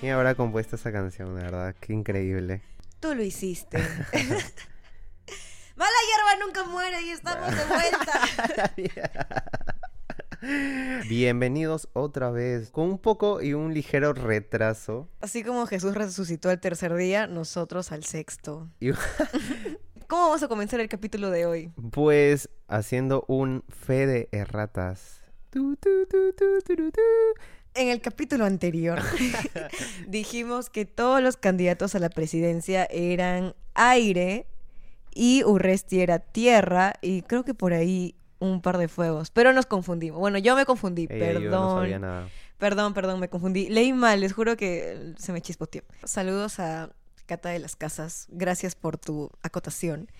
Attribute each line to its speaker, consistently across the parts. Speaker 1: ¿Quién habrá compuesto esa canción, de verdad? Qué increíble.
Speaker 2: Tú lo hiciste. Mala hierba nunca muere y estamos de vuelta.
Speaker 1: Bienvenidos otra vez, con un poco y un ligero retraso.
Speaker 2: Así como Jesús resucitó al tercer día, nosotros al sexto.
Speaker 1: Y-
Speaker 2: ¿Cómo vamos a comenzar el capítulo de hoy?
Speaker 1: pues haciendo un fe de erratas. Tu, tu, tu, tu, tu, tu, tu.
Speaker 2: En el capítulo anterior dijimos que todos los candidatos a la presidencia eran aire y Urresti era tierra y creo que por ahí un par de fuegos, pero nos confundimos. Bueno, yo me confundí,
Speaker 1: Ey, ey,
Speaker 2: perdón.
Speaker 1: yo no sabía nada.
Speaker 2: Perdón, perdón, me confundí. Leí mal, les juro que eh, se me chispoteó. Saludos a Cata de las Casas. Gracias por tu acotación.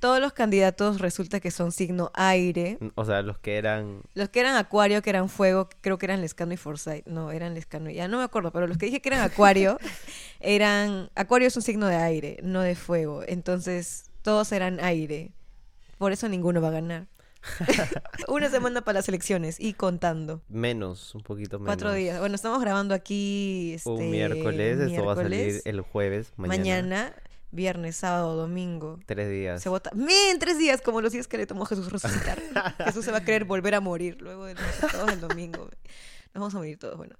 Speaker 2: Todos los candidatos resulta que son signo aire.
Speaker 1: O sea, los que eran...
Speaker 2: Los que eran acuario, que eran fuego, creo que eran Lescano y Forsyth. No, eran Lescano. y- Ya no me acuerdo, pero los que dije que eran acuario, eran... Acuario es un signo de aire, no de fuego. Entonces, todos eran aire. Por eso ninguno va a ganar. Una semana para las elecciones y contando.
Speaker 1: Menos, un poquito menos.
Speaker 2: Cuatro días. Bueno, estamos grabando aquí este,
Speaker 1: Un miércoles, esto va a salir
Speaker 2: miércoles,
Speaker 1: el jueves, mañana.
Speaker 2: mañana. viernes, sábado, domingo.
Speaker 1: Tres días.
Speaker 2: Se vota. ¡Men! Tres días, como los días que le tomó a Jesús resucitar. Jesús se va a querer volver a morir luego de los todos el domingo. Nos vamos a morir todos, bueno.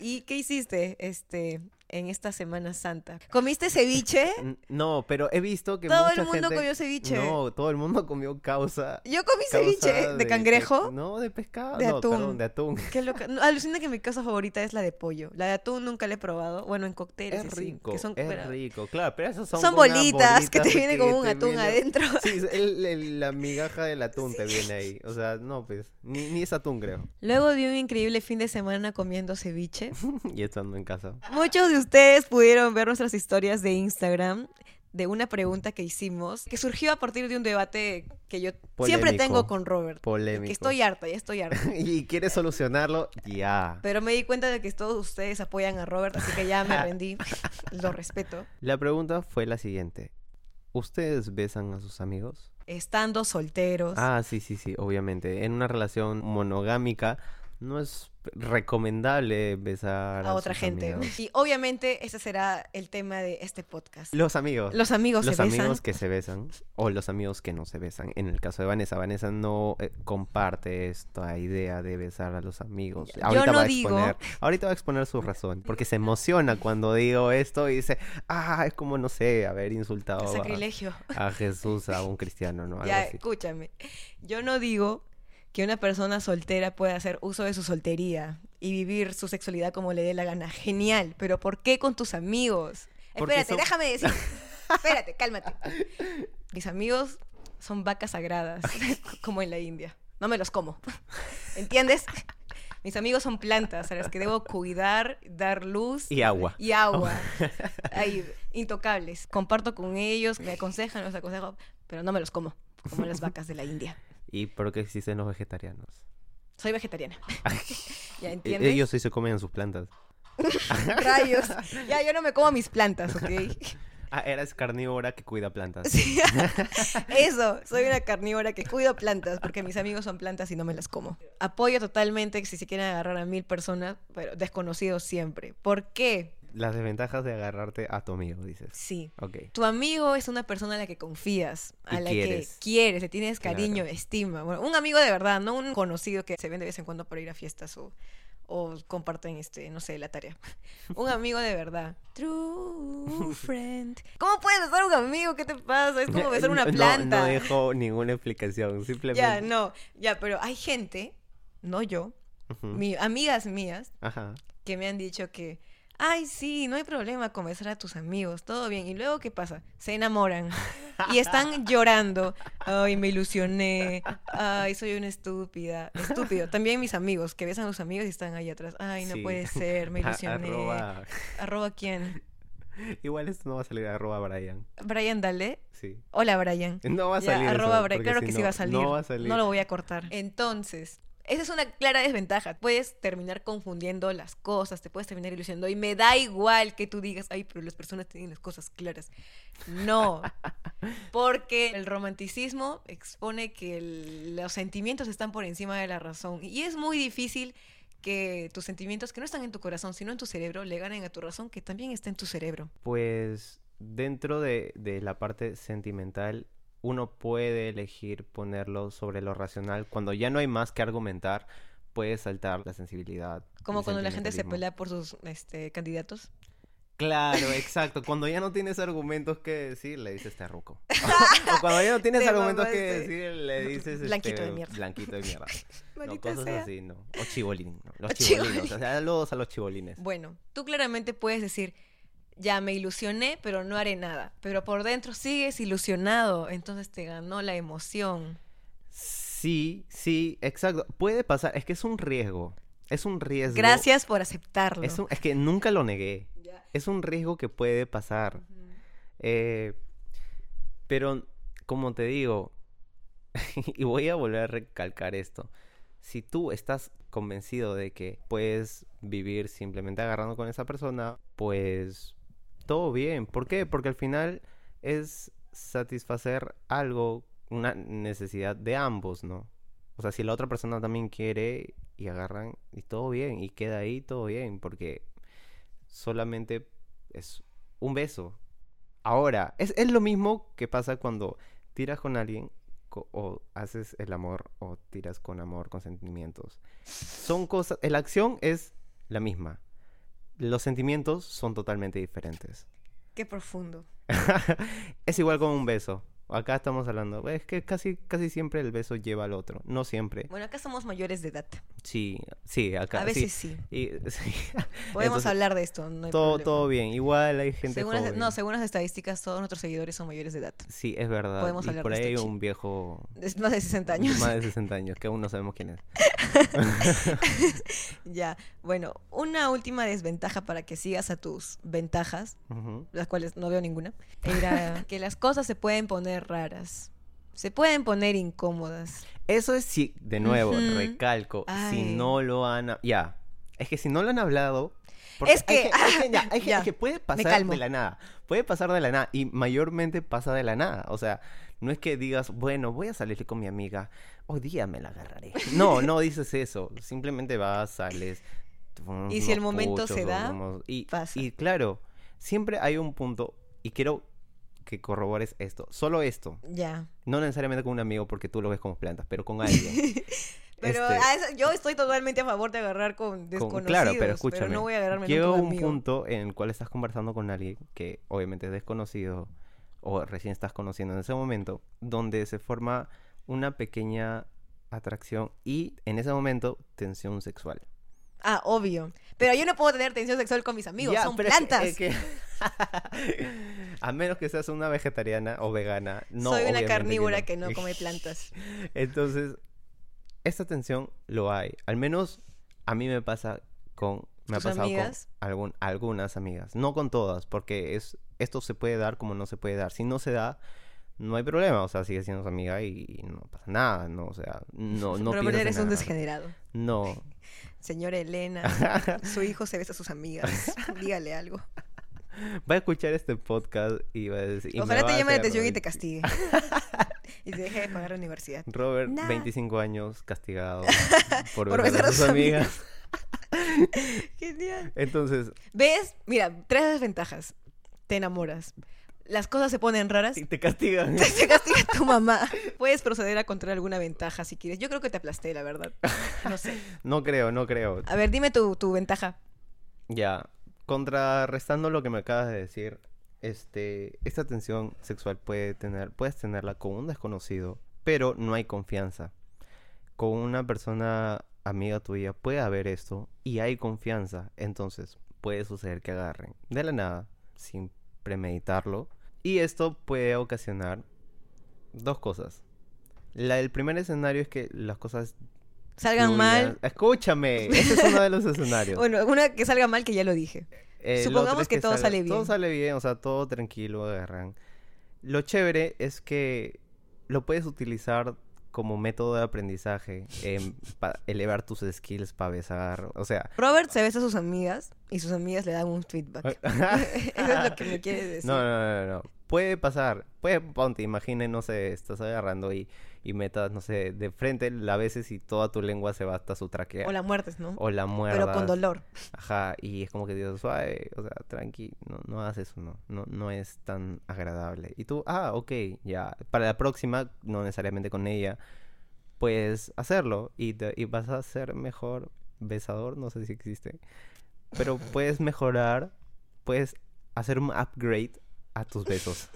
Speaker 2: ¿Y qué hiciste este, en esta Semana Santa? ¿Comiste ceviche?
Speaker 1: N- No, pero he visto que
Speaker 2: Todo el
Speaker 1: mucha
Speaker 2: mundo
Speaker 1: gente-
Speaker 2: comió ceviche.
Speaker 1: No, todo el mundo comió causa.
Speaker 2: Yo comí
Speaker 1: causa
Speaker 2: ceviche de, cangrejo.
Speaker 1: No, de pescado.
Speaker 2: de
Speaker 1: no,
Speaker 2: atún.
Speaker 1: perdón, de atún.
Speaker 2: Qué loca. No, alucina que mi casa favorita es la de pollo. La de atún nunca la he probado. Bueno, en cócteles.
Speaker 1: Es
Speaker 2: así,
Speaker 1: rico,
Speaker 2: que son,
Speaker 1: es
Speaker 2: pero-
Speaker 1: rico. Claro, pero esas son,
Speaker 2: Son,
Speaker 1: unas
Speaker 2: bolitas que te viene con un
Speaker 1: te
Speaker 2: atún
Speaker 1: viene-
Speaker 2: adentro.
Speaker 1: Sí, es el- el- la migaja del atún te viene ahí. O sea, no, pues, ni, ni es atún, creo.
Speaker 2: Luego vi un increíble fin de semana comiendo ceviche.
Speaker 1: y estando en casa.
Speaker 2: Muchos de ustedes pudieron ver nuestras historias de Instagram de una pregunta que hicimos, que surgió a partir de un debate que yo siempre
Speaker 1: Polémico.
Speaker 2: tengo con Robert.
Speaker 1: Polémico.
Speaker 2: Que estoy harta, ya estoy harta.
Speaker 1: y quieres solucionarlo, ya.
Speaker 2: Pero me di cuenta de que todos ustedes apoyan a Robert, así que ya me rendí. Lo respeto.
Speaker 1: La pregunta fue la siguiente. ¿Ustedes besan a sus amigos?
Speaker 2: Estando solteros.
Speaker 1: Ah, sí, sí, sí, obviamente. En una relación monogámica no es recomendable besar a,
Speaker 2: a otra
Speaker 1: sus
Speaker 2: gente.
Speaker 1: amigos.
Speaker 2: Y obviamente ese será el tema de este podcast.
Speaker 1: Los amigos.
Speaker 2: Los amigos
Speaker 1: Los
Speaker 2: se besan.
Speaker 1: amigos que se besan o los amigos que no se besan. En el caso de Vanessa, Vanessa no eh, comparte esta idea de besar a los amigos.
Speaker 2: Yo
Speaker 1: Ahorita
Speaker 2: no
Speaker 1: va a
Speaker 2: digo-
Speaker 1: exponer, ahorita va a exponer su razón, porque se emociona cuando digo esto y dice, ah, es como no sé, haber insultado a-
Speaker 2: Sacrilegio.
Speaker 1: a, Jesús a un cristiano, ¿no? Algo
Speaker 2: Ya,
Speaker 1: así.
Speaker 2: escúchame. Yo no digo que una persona soltera pueda hacer uso de su soltería y vivir su sexualidad como le dé la gana. Genial, pero ¿por qué con tus amigos?
Speaker 1: Porque
Speaker 2: Espérate,
Speaker 1: son-
Speaker 2: déjame decir. Espérate, cálmate. Mis amigos son vacas sagradas, como en la India. No me los como. ¿Entiendes? Mis amigos son plantas a las que debo cuidar, dar luz
Speaker 1: Y agua.
Speaker 2: y agua. Ahí, intocables. Comparto con ellos, me aconsejan, los aconsejo, pero no me los como, como las vacas de la India.
Speaker 1: ¿Y por qué existen los vegetarianos?
Speaker 2: Soy vegetariana. ¿Ya
Speaker 1: E-
Speaker 2: entiendes?
Speaker 1: Ellos sí se comen sus plantas.
Speaker 2: Rayos. Ya, yo no me como mis plantas, ¿ok?
Speaker 1: Ah, eres carnívora que cuida plantas.
Speaker 2: Sí. Eso, soy una carnívora que cuido plantas porque mis amigos son plantas y no me las como. Apoyo totalmente que si se quieren agarrar a mil personas, pero desconocidos siempre. ¿Por qué?
Speaker 1: Las desventajas de agarrarte a tu amigo, dices.
Speaker 2: Sí.
Speaker 1: Ok.
Speaker 2: Tu amigo es una persona a la que confías, a
Speaker 1: Y
Speaker 2: la
Speaker 1: quieres.
Speaker 2: que quieres, le tienes cariño,
Speaker 1: Claro.
Speaker 2: estima. Bueno, un amigo de verdad, no un conocido que se ven de vez en cuando para ir a fiestas o, o comparten, este, no sé, la tarea. Un amigo de verdad. True friend. ¿Cómo puedes besar a un amigo? ¿Qué te pasa? Es como besar una
Speaker 1: Eh, No- no-
Speaker 2: planta.
Speaker 1: No, dejo ninguna explicación, simplemente.
Speaker 2: ya, no, ya, pero hay gente, no yo,
Speaker 1: Ujú.
Speaker 2: mi- amigas mías,
Speaker 1: Ajá.
Speaker 2: que me han dicho que, ay, sí, no hay problema con besar a tus amigos, todo bien. Y luego, ¿qué pasa? Se enamoran y están llorando. Ay, me ilusioné. Ay, soy una estúpida. Estúpido. También mis amigos, que besan a sus amigos y están ahí atrás. Ay, no
Speaker 1: Sí.
Speaker 2: puede ser, me
Speaker 1: A-
Speaker 2: ilusioné. arroba.
Speaker 1: arroba-
Speaker 2: quién?
Speaker 1: Igual esto no va a salir arroba Brian.
Speaker 2: Brian, dale.
Speaker 1: Sí.
Speaker 2: Hola, Brian.
Speaker 1: No va a
Speaker 2: Ya,
Speaker 1: salir. eso,
Speaker 2: arroba Brian.
Speaker 1: porque
Speaker 2: Claro
Speaker 1: si
Speaker 2: que sí
Speaker 1: no-
Speaker 2: va a salir.
Speaker 1: No va a salir.
Speaker 2: No lo voy a cortar. Entonces, Esa es una clara desventaja. Puedes terminar confundiendo las cosas, te puedes terminar ilusionando. Y me da igual que tú digas, ay, pero las personas tienen las cosas claras. No. Porque el romanticismo expone que el- los sentimientos están por encima de la razón. Y es muy difícil que tus sentimientos, que no están en tu corazón, sino en tu cerebro, le ganen a tu razón, que también está en tu cerebro.
Speaker 1: Pues dentro de, de la parte sentimental, uno puede elegir ponerlo sobre lo racional. Cuando ya no hay más que argumentar, puede saltar la sensibilidad.
Speaker 2: Como
Speaker 1: el
Speaker 2: cuando la gente se
Speaker 1: sentimentalismo.
Speaker 2: pelea por sus este, candidatos.
Speaker 1: Claro, exacto. Cuando ya no tienes argumentos que decir, le dices terruco. o cuando ya no tienes
Speaker 2: Te
Speaker 1: argumentos que
Speaker 2: mamaste.
Speaker 1: decir, le dices
Speaker 2: Blanquito de
Speaker 1: este,
Speaker 2: mierda.
Speaker 1: Blanquito de mierda. no,
Speaker 2: Maldita
Speaker 1: cosas
Speaker 2: sea.
Speaker 1: así, no. O chibolín. no. Los
Speaker 2: O
Speaker 1: chibolinos.
Speaker 2: chibolín.
Speaker 1: O sea, saludos a los chibolines.
Speaker 2: Bueno, tú claramente puedes decir, ya me ilusioné, pero no haré nada. Pero por dentro sigues ilusionado, entonces te ganó la emoción.
Speaker 1: Sí, sí, exacto. Puede pasar. Es que es un riesgo. Es un riesgo.
Speaker 2: Gracias por aceptarlo.
Speaker 1: Es, un- es que nunca lo negué.
Speaker 2: Ya.
Speaker 1: Es un riesgo que puede pasar.
Speaker 2: Ujú.
Speaker 1: Eh, pero, como te digo, y voy a volver a recalcar esto, si tú estás convencido de que puedes vivir simplemente agarrando con esa persona, pues todo bien. ¿Por qué? Porque al final es satisfacer algo, una necesidad de ambos, ¿no? O sea, si la otra persona también quiere y agarran y todo bien, y queda ahí todo bien, porque solamente es un beso, Ahora, es, es lo mismo que pasa cuando tiras con alguien co- o haces el amor o tiras con amor, con sentimientos. Son cosas, la acción es la misma. Los sentimientos son totalmente diferentes.
Speaker 2: Qué profundo.
Speaker 1: es igual con un beso. Acá estamos hablando, es que casi, casi siempre el beso lleva al otro. No siempre.
Speaker 2: Bueno, acá somos mayores de edad.
Speaker 1: Sí, sí, acá.
Speaker 2: A
Speaker 1: sí.
Speaker 2: veces sí.
Speaker 1: Y- sí.
Speaker 2: Podemos
Speaker 1: Entonces,
Speaker 2: hablar de esto. No hay
Speaker 1: Todo,
Speaker 2: problema.
Speaker 1: todo bien. Igual hay gente
Speaker 2: Según las-
Speaker 1: joven.
Speaker 2: no, según las estadísticas, todos nuestros seguidores son mayores de edad.
Speaker 1: Sí, es verdad.
Speaker 2: podemos
Speaker 1: y
Speaker 2: hablar
Speaker 1: por
Speaker 2: de
Speaker 1: ahí
Speaker 2: este
Speaker 1: hay
Speaker 2: chico.
Speaker 1: un viejo
Speaker 2: Es más de 60 años.
Speaker 1: Más de 60 años, que aún no sabemos quién es.
Speaker 2: Ya. Bueno, una última desventaja para que sigas a tus ventajas.
Speaker 1: Ujú.
Speaker 2: las cuales no veo ninguna, era que las cosas se pueden poner raras. Se pueden poner incómodas.
Speaker 1: Eso es si, de nuevo,
Speaker 2: Ujú.
Speaker 1: recalco,
Speaker 2: Ay.
Speaker 1: si no lo han... hab- Ya, es que si no lo han hablado...
Speaker 2: Es
Speaker 1: hay
Speaker 2: que-
Speaker 1: hay que- ya, hay que-
Speaker 2: Ya.
Speaker 1: es que puede pasar
Speaker 2: calmo.
Speaker 1: de la nada, puede pasar de la nada, y mayormente pasa de la nada, o sea... No es que digas, bueno, voy a salir con mi amiga, hoy día me la agarraré. No, no dices eso, simplemente vas, sales. te fumas
Speaker 2: Y si el
Speaker 1: unos
Speaker 2: momento se
Speaker 1: puchos,
Speaker 2: da,
Speaker 1: unos- y,
Speaker 2: pasa.
Speaker 1: y claro, siempre hay un punto, y quiero que corrobores esto, solo esto,
Speaker 2: Ya.
Speaker 1: No necesariamente con un amigo porque tú lo ves como plantas, pero con alguien.
Speaker 2: Pero
Speaker 1: Este,
Speaker 2: a eso- yo estoy totalmente a favor de agarrar con
Speaker 1: con-
Speaker 2: desconocidos.
Speaker 1: claro, pero escúchame.
Speaker 2: no voy a agarrarme
Speaker 1: llega
Speaker 2: nunca
Speaker 1: un
Speaker 2: un amigo.
Speaker 1: punto en el cual estás conversando con alguien que obviamente es desconocido o recién estás conociendo en ese momento, donde se forma una pequeña atracción y en ese momento tensión sexual.
Speaker 2: Ah, obvio. Pero yo no puedo tener tensión sexual con mis amigos.
Speaker 1: Ya,
Speaker 2: son
Speaker 1: pero es que-
Speaker 2: plantas.
Speaker 1: es que- A menos que seas una vegetariana o vegana, no.
Speaker 2: Soy una
Speaker 1: obviamente
Speaker 2: carnívora
Speaker 1: no.
Speaker 2: que no come plantas.
Speaker 1: Entonces, esta tensión lo hay. Al menos a mí me pasa con... Me ha
Speaker 2: ¿Tus
Speaker 1: pasado
Speaker 2: amigas?
Speaker 1: con algún- algunas amigas. No con todas, porque es, esto se puede dar como no se puede dar. Si no se da, no hay problema. O sea, sigue siendo su amiga y, y no pasa nada, ¿no? O sea, no, no
Speaker 2: Robert,
Speaker 1: pierdes
Speaker 2: eres un
Speaker 1: nada.
Speaker 2: degenerado.
Speaker 1: No.
Speaker 2: Señora Elena, su hijo se besa a sus amigas. Dígale algo.
Speaker 1: Va a escuchar este podcast y va a decir... y me
Speaker 2: Ojalá
Speaker 1: va
Speaker 2: te
Speaker 1: a
Speaker 2: llame la
Speaker 1: hacer
Speaker 2: atención y
Speaker 1: reír.
Speaker 2: te castigue. y te deje de pagar la universidad.
Speaker 1: Robert,
Speaker 2: Nah.
Speaker 1: 25 años, castigado por,
Speaker 2: Por
Speaker 1: besar a sus amigas.
Speaker 2: Genial.
Speaker 1: Entonces,
Speaker 2: ¿Ves? Mira, tres desventajas. Te enamoras. Las cosas se ponen raras.
Speaker 1: te castigan.
Speaker 2: Te castiga tu mamá. Puedes proceder a encontrar alguna ventaja si quieres. Yo creo que te aplasté, la verdad. No sé.
Speaker 1: No creo, no creo.
Speaker 2: A ver, dime tu, tu ventaja.
Speaker 1: Ya, contrarrestando lo que me acabas de decir, este, esta tensión sexual puede tener, puedes tenerla con un desconocido, pero no hay confianza. Con una persona amiga tuya puede haber esto y hay confianza, entonces puede suceder que agarren de la nada, sin premeditarlo, y esto puede ocasionar dos cosas. La, el primer escenario es que las cosas
Speaker 2: Salgan
Speaker 1: fluyan-
Speaker 2: mal.
Speaker 1: Escúchame, ese es uno de los escenarios.
Speaker 2: Bueno, una que salga mal, que ya lo dije.
Speaker 1: Eh, lo
Speaker 2: Supongamos
Speaker 1: otro es
Speaker 2: que todo
Speaker 1: salga-
Speaker 2: sale
Speaker 1: Todo
Speaker 2: bien.
Speaker 1: sale bien, o sea, todo tranquilo, agarran. Lo chévere es que lo puedes utilizar como método de aprendizaje, em, pa- elevar tus skills para besar, o sea...
Speaker 2: Robert se besa a sus amigas y sus amigas le dan un feedback. Eso es lo que me quieres decir.
Speaker 1: Ah. No, no, no, no. Puede pasar. Puede, ponte, imaginen, no sé, estás agarrando y, y metas, no sé, de frente la veces y toda tu lengua se va hasta su traquea.
Speaker 2: O la muertes, ¿no?
Speaker 1: O la muerdas.
Speaker 2: Pero con dolor.
Speaker 1: Ajá, y es como que dices, suave, o sea, tranqui, no, no haces eso, no, no, no es tan agradable. Y tú, ah, ok, ya, para la próxima, no necesariamente con ella, pues hacerlo y, te- y vas a ser mejor besador, no sé si existe, pero puedes mejorar, puedes hacer un upgrade a tus besos.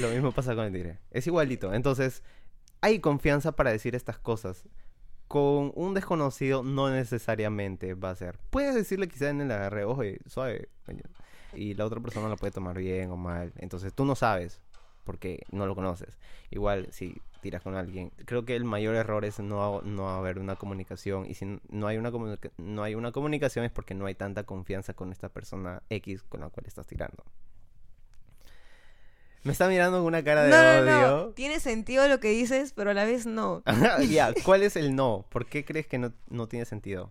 Speaker 1: Lo mismo pasa con el tigre, es igualito, entonces hay confianza para decir estas cosas con un desconocido no necesariamente va a ser. Puedes decirle quizá en el agarre, oye, suave. coño", Y la otra persona la puede tomar bien o mal. Entonces tú no sabes porque no lo conoces. Igual si tiras con alguien. Creo que el mayor error es no, no haber una comunicación. Y si n- no hay una, comunica- no hay una comunicación es porque no hay tanta confianza con esta persona X con la cual estás tirando. Me está mirando con una cara
Speaker 2: No,
Speaker 1: de
Speaker 2: no,
Speaker 1: odio.
Speaker 2: no. Tiene sentido lo que dices, pero a la vez no.
Speaker 1: ya, ¿cuál es el no? ¿Por qué crees que no, no tiene sentido?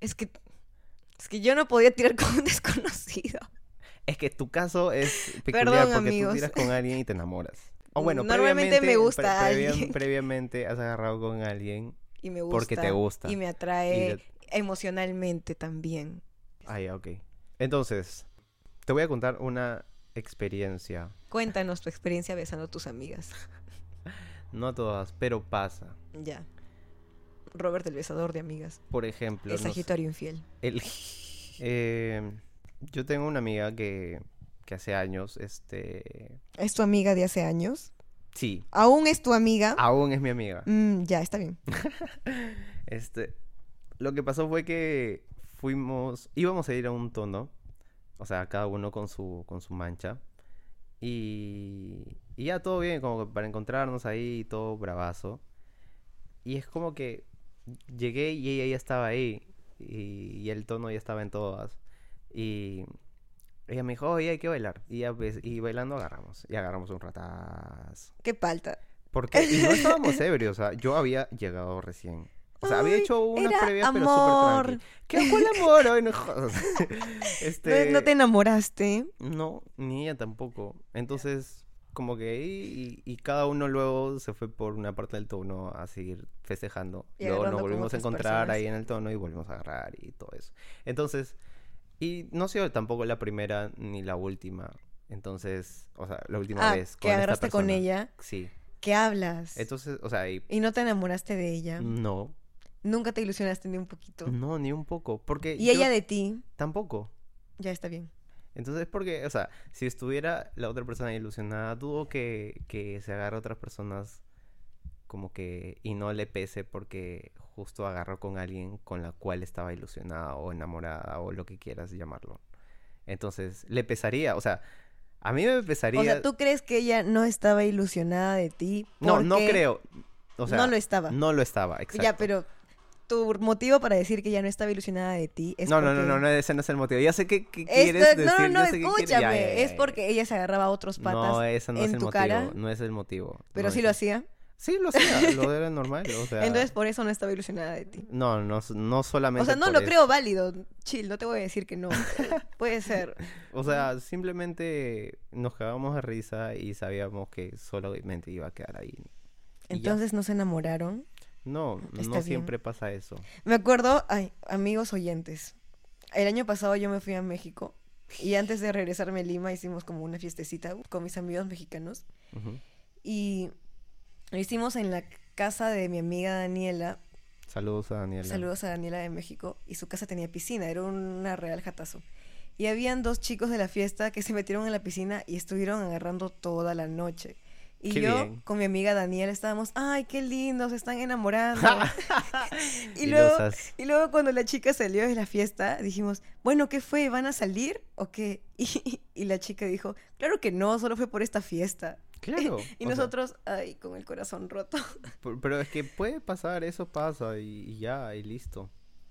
Speaker 2: Es que. Es que yo no podía tirar con un desconocido.
Speaker 1: Es que tu caso es peculiar
Speaker 2: Perdón,
Speaker 1: porque
Speaker 2: amigos.
Speaker 1: tú tiras con alguien y te enamoras. O bueno,
Speaker 2: Normalmente me
Speaker 1: previamente-
Speaker 2: gusta
Speaker 1: previa-
Speaker 2: alguien.
Speaker 1: Previamente has agarrado con alguien.
Speaker 2: Y me gusta.
Speaker 1: Porque te gusta.
Speaker 2: Y me
Speaker 1: Y
Speaker 2: atrae
Speaker 1: de-
Speaker 2: emocionalmente también.
Speaker 1: Ah, ya, ok. Entonces, te voy a contar una experiencia.
Speaker 2: Cuéntanos tu experiencia besando a tus amigas.
Speaker 1: No a todas, pero pasa.
Speaker 2: Ya. Robert, el besador de amigas.
Speaker 1: Por ejemplo,
Speaker 2: es
Speaker 1: no sé,
Speaker 2: Sagitario infiel.
Speaker 1: el- Eh, yo tengo una amiga que, que hace años, este...
Speaker 2: ¿Es tu amiga de hace años?
Speaker 1: Sí,
Speaker 2: ¿Aún es tu amiga?
Speaker 1: aún es mi amiga.
Speaker 2: Mm, ya, está bien.
Speaker 1: Este, lo que pasó fue que fuimos, íbamos a ir a un tono, o sea, cada uno con su, con su mancha, y, y ya todo bien, como que para encontrarnos ahí, todo bravazo. Y es como que llegué y ella ya estaba ahí, y, y el tono ya estaba en todas. Y ella me dijo, oye, hay que bailar. Y, ya, pues, y bailando agarramos, y agarramos un ratazo.
Speaker 2: Qué palta.
Speaker 1: Porque y no estábamos ebrios, o sea, yo había llegado recién. O sea, había
Speaker 2: Ay,
Speaker 1: hecho una
Speaker 2: era
Speaker 1: previa,
Speaker 2: amor.
Speaker 1: pero súper tranqui. ¿Qué fue el amor? Ay, no jodas. Este,
Speaker 2: ¿No, no te enamoraste?
Speaker 1: no, ni ella tampoco. Entonces, como que ahí, y, y cada uno luego se fue por una parte del tono a seguir festejando.
Speaker 2: Y
Speaker 1: luego
Speaker 2: agarrando
Speaker 1: nos
Speaker 2: con
Speaker 1: volvimos a
Speaker 2: otras
Speaker 1: encontrar
Speaker 2: personas.
Speaker 1: ahí en el tono y volvimos a agarrar y todo eso. Entonces, y no ha sido tampoco la primera ni la última. Entonces, o sea, la última
Speaker 2: Ah,
Speaker 1: vez.
Speaker 2: que
Speaker 1: esta
Speaker 2: agarraste con
Speaker 1: persona.
Speaker 2: ella.
Speaker 1: Sí.
Speaker 2: ¿Qué hablas?
Speaker 1: Entonces, o sea, y
Speaker 2: Y no te enamoraste de ella.
Speaker 1: no,
Speaker 2: Nunca te ilusionaste ni un poquito.
Speaker 1: no, ni un poco. Porque
Speaker 2: Y
Speaker 1: Mm. yo
Speaker 2: ella de ti.
Speaker 1: tampoco.
Speaker 2: Ya está bien.
Speaker 1: Entonces, porque, o sea, si estuviera la otra persona ilusionada, dudo que, que se agarre a otras personas como que y no le pese porque justo agarró con alguien con la cual estaba ilusionada o enamorada o lo que quieras llamarlo. Entonces, le pesaría, o sea, a mí me pesaría.
Speaker 2: O sea, ¿tú crees que ella no estaba ilusionada de ti?
Speaker 1: No, no
Speaker 2: porque
Speaker 1: creo. O sea,
Speaker 2: no lo estaba.
Speaker 1: no lo estaba,
Speaker 2: Ya,
Speaker 1: exacto.
Speaker 2: pero tu motivo para decir que ella no estaba ilusionada de ti es
Speaker 1: No, no, no,
Speaker 2: porque-
Speaker 1: no, no, ese no es el motivo. Ya sé que, que
Speaker 2: Esto-
Speaker 1: quieres decir.
Speaker 2: no, no, no,
Speaker 1: ya sé que quieres- ya,
Speaker 2: escúchame.
Speaker 1: ya, ya,
Speaker 2: Es
Speaker 1: ya.
Speaker 2: porque ella se agarraba a otros patas,
Speaker 1: No, ese no es
Speaker 2: en
Speaker 1: el
Speaker 2: tu
Speaker 1: motivo.
Speaker 2: cara.
Speaker 1: No es el motivo.
Speaker 2: pero
Speaker 1: no
Speaker 2: sí
Speaker 1: es
Speaker 2: lo
Speaker 1: el-
Speaker 2: hacía.
Speaker 1: Sí, lo hacía. lo era normal. O sea,
Speaker 2: Entonces, por eso no estaba ilusionada de ti.
Speaker 1: No, no, no solamente.
Speaker 2: O sea, no
Speaker 1: por
Speaker 2: lo
Speaker 1: eso.
Speaker 2: creo válido. Chill, no te voy a decir que no. Puede ser.
Speaker 1: O sea, simplemente nos cagábamos de risa y sabíamos que solamente iba a quedar ahí. Y ya.
Speaker 2: Entonces no se enamoraron.
Speaker 1: No,
Speaker 2: está
Speaker 1: no
Speaker 2: bien.
Speaker 1: siempre pasa eso.
Speaker 2: Me acuerdo, ay, amigos oyentes. El año pasado yo me fui a México y antes de regresarme a Lima hicimos como una fiestecita con mis amigos mexicanos
Speaker 1: Ujú.
Speaker 2: y lo hicimos en la casa de mi amiga Daniela.
Speaker 1: Saludos a Daniela.
Speaker 2: Saludos a Daniela de México y su casa tenía piscina, era una real jatazo. Y habían dos chicos de la fiesta que se metieron en la piscina y estuvieron agarrando toda la noche. Y
Speaker 1: Qué
Speaker 2: yo
Speaker 1: bien.
Speaker 2: con mi amiga Daniela estábamos, ay, qué lindos, se están enamorando. y,
Speaker 1: Y
Speaker 2: luego,
Speaker 1: los has-
Speaker 2: y luego cuando la chica salió de la fiesta, dijimos, bueno, ¿qué fue? ¿Van a salir o qué? Y, y la chica dijo, claro que no, solo fue por esta fiesta.
Speaker 1: Claro.
Speaker 2: Y
Speaker 1: o sea,
Speaker 2: nosotros, ay, con el corazón roto.
Speaker 1: por- pero es que puede pasar, eso pasa y, y ya, y listo.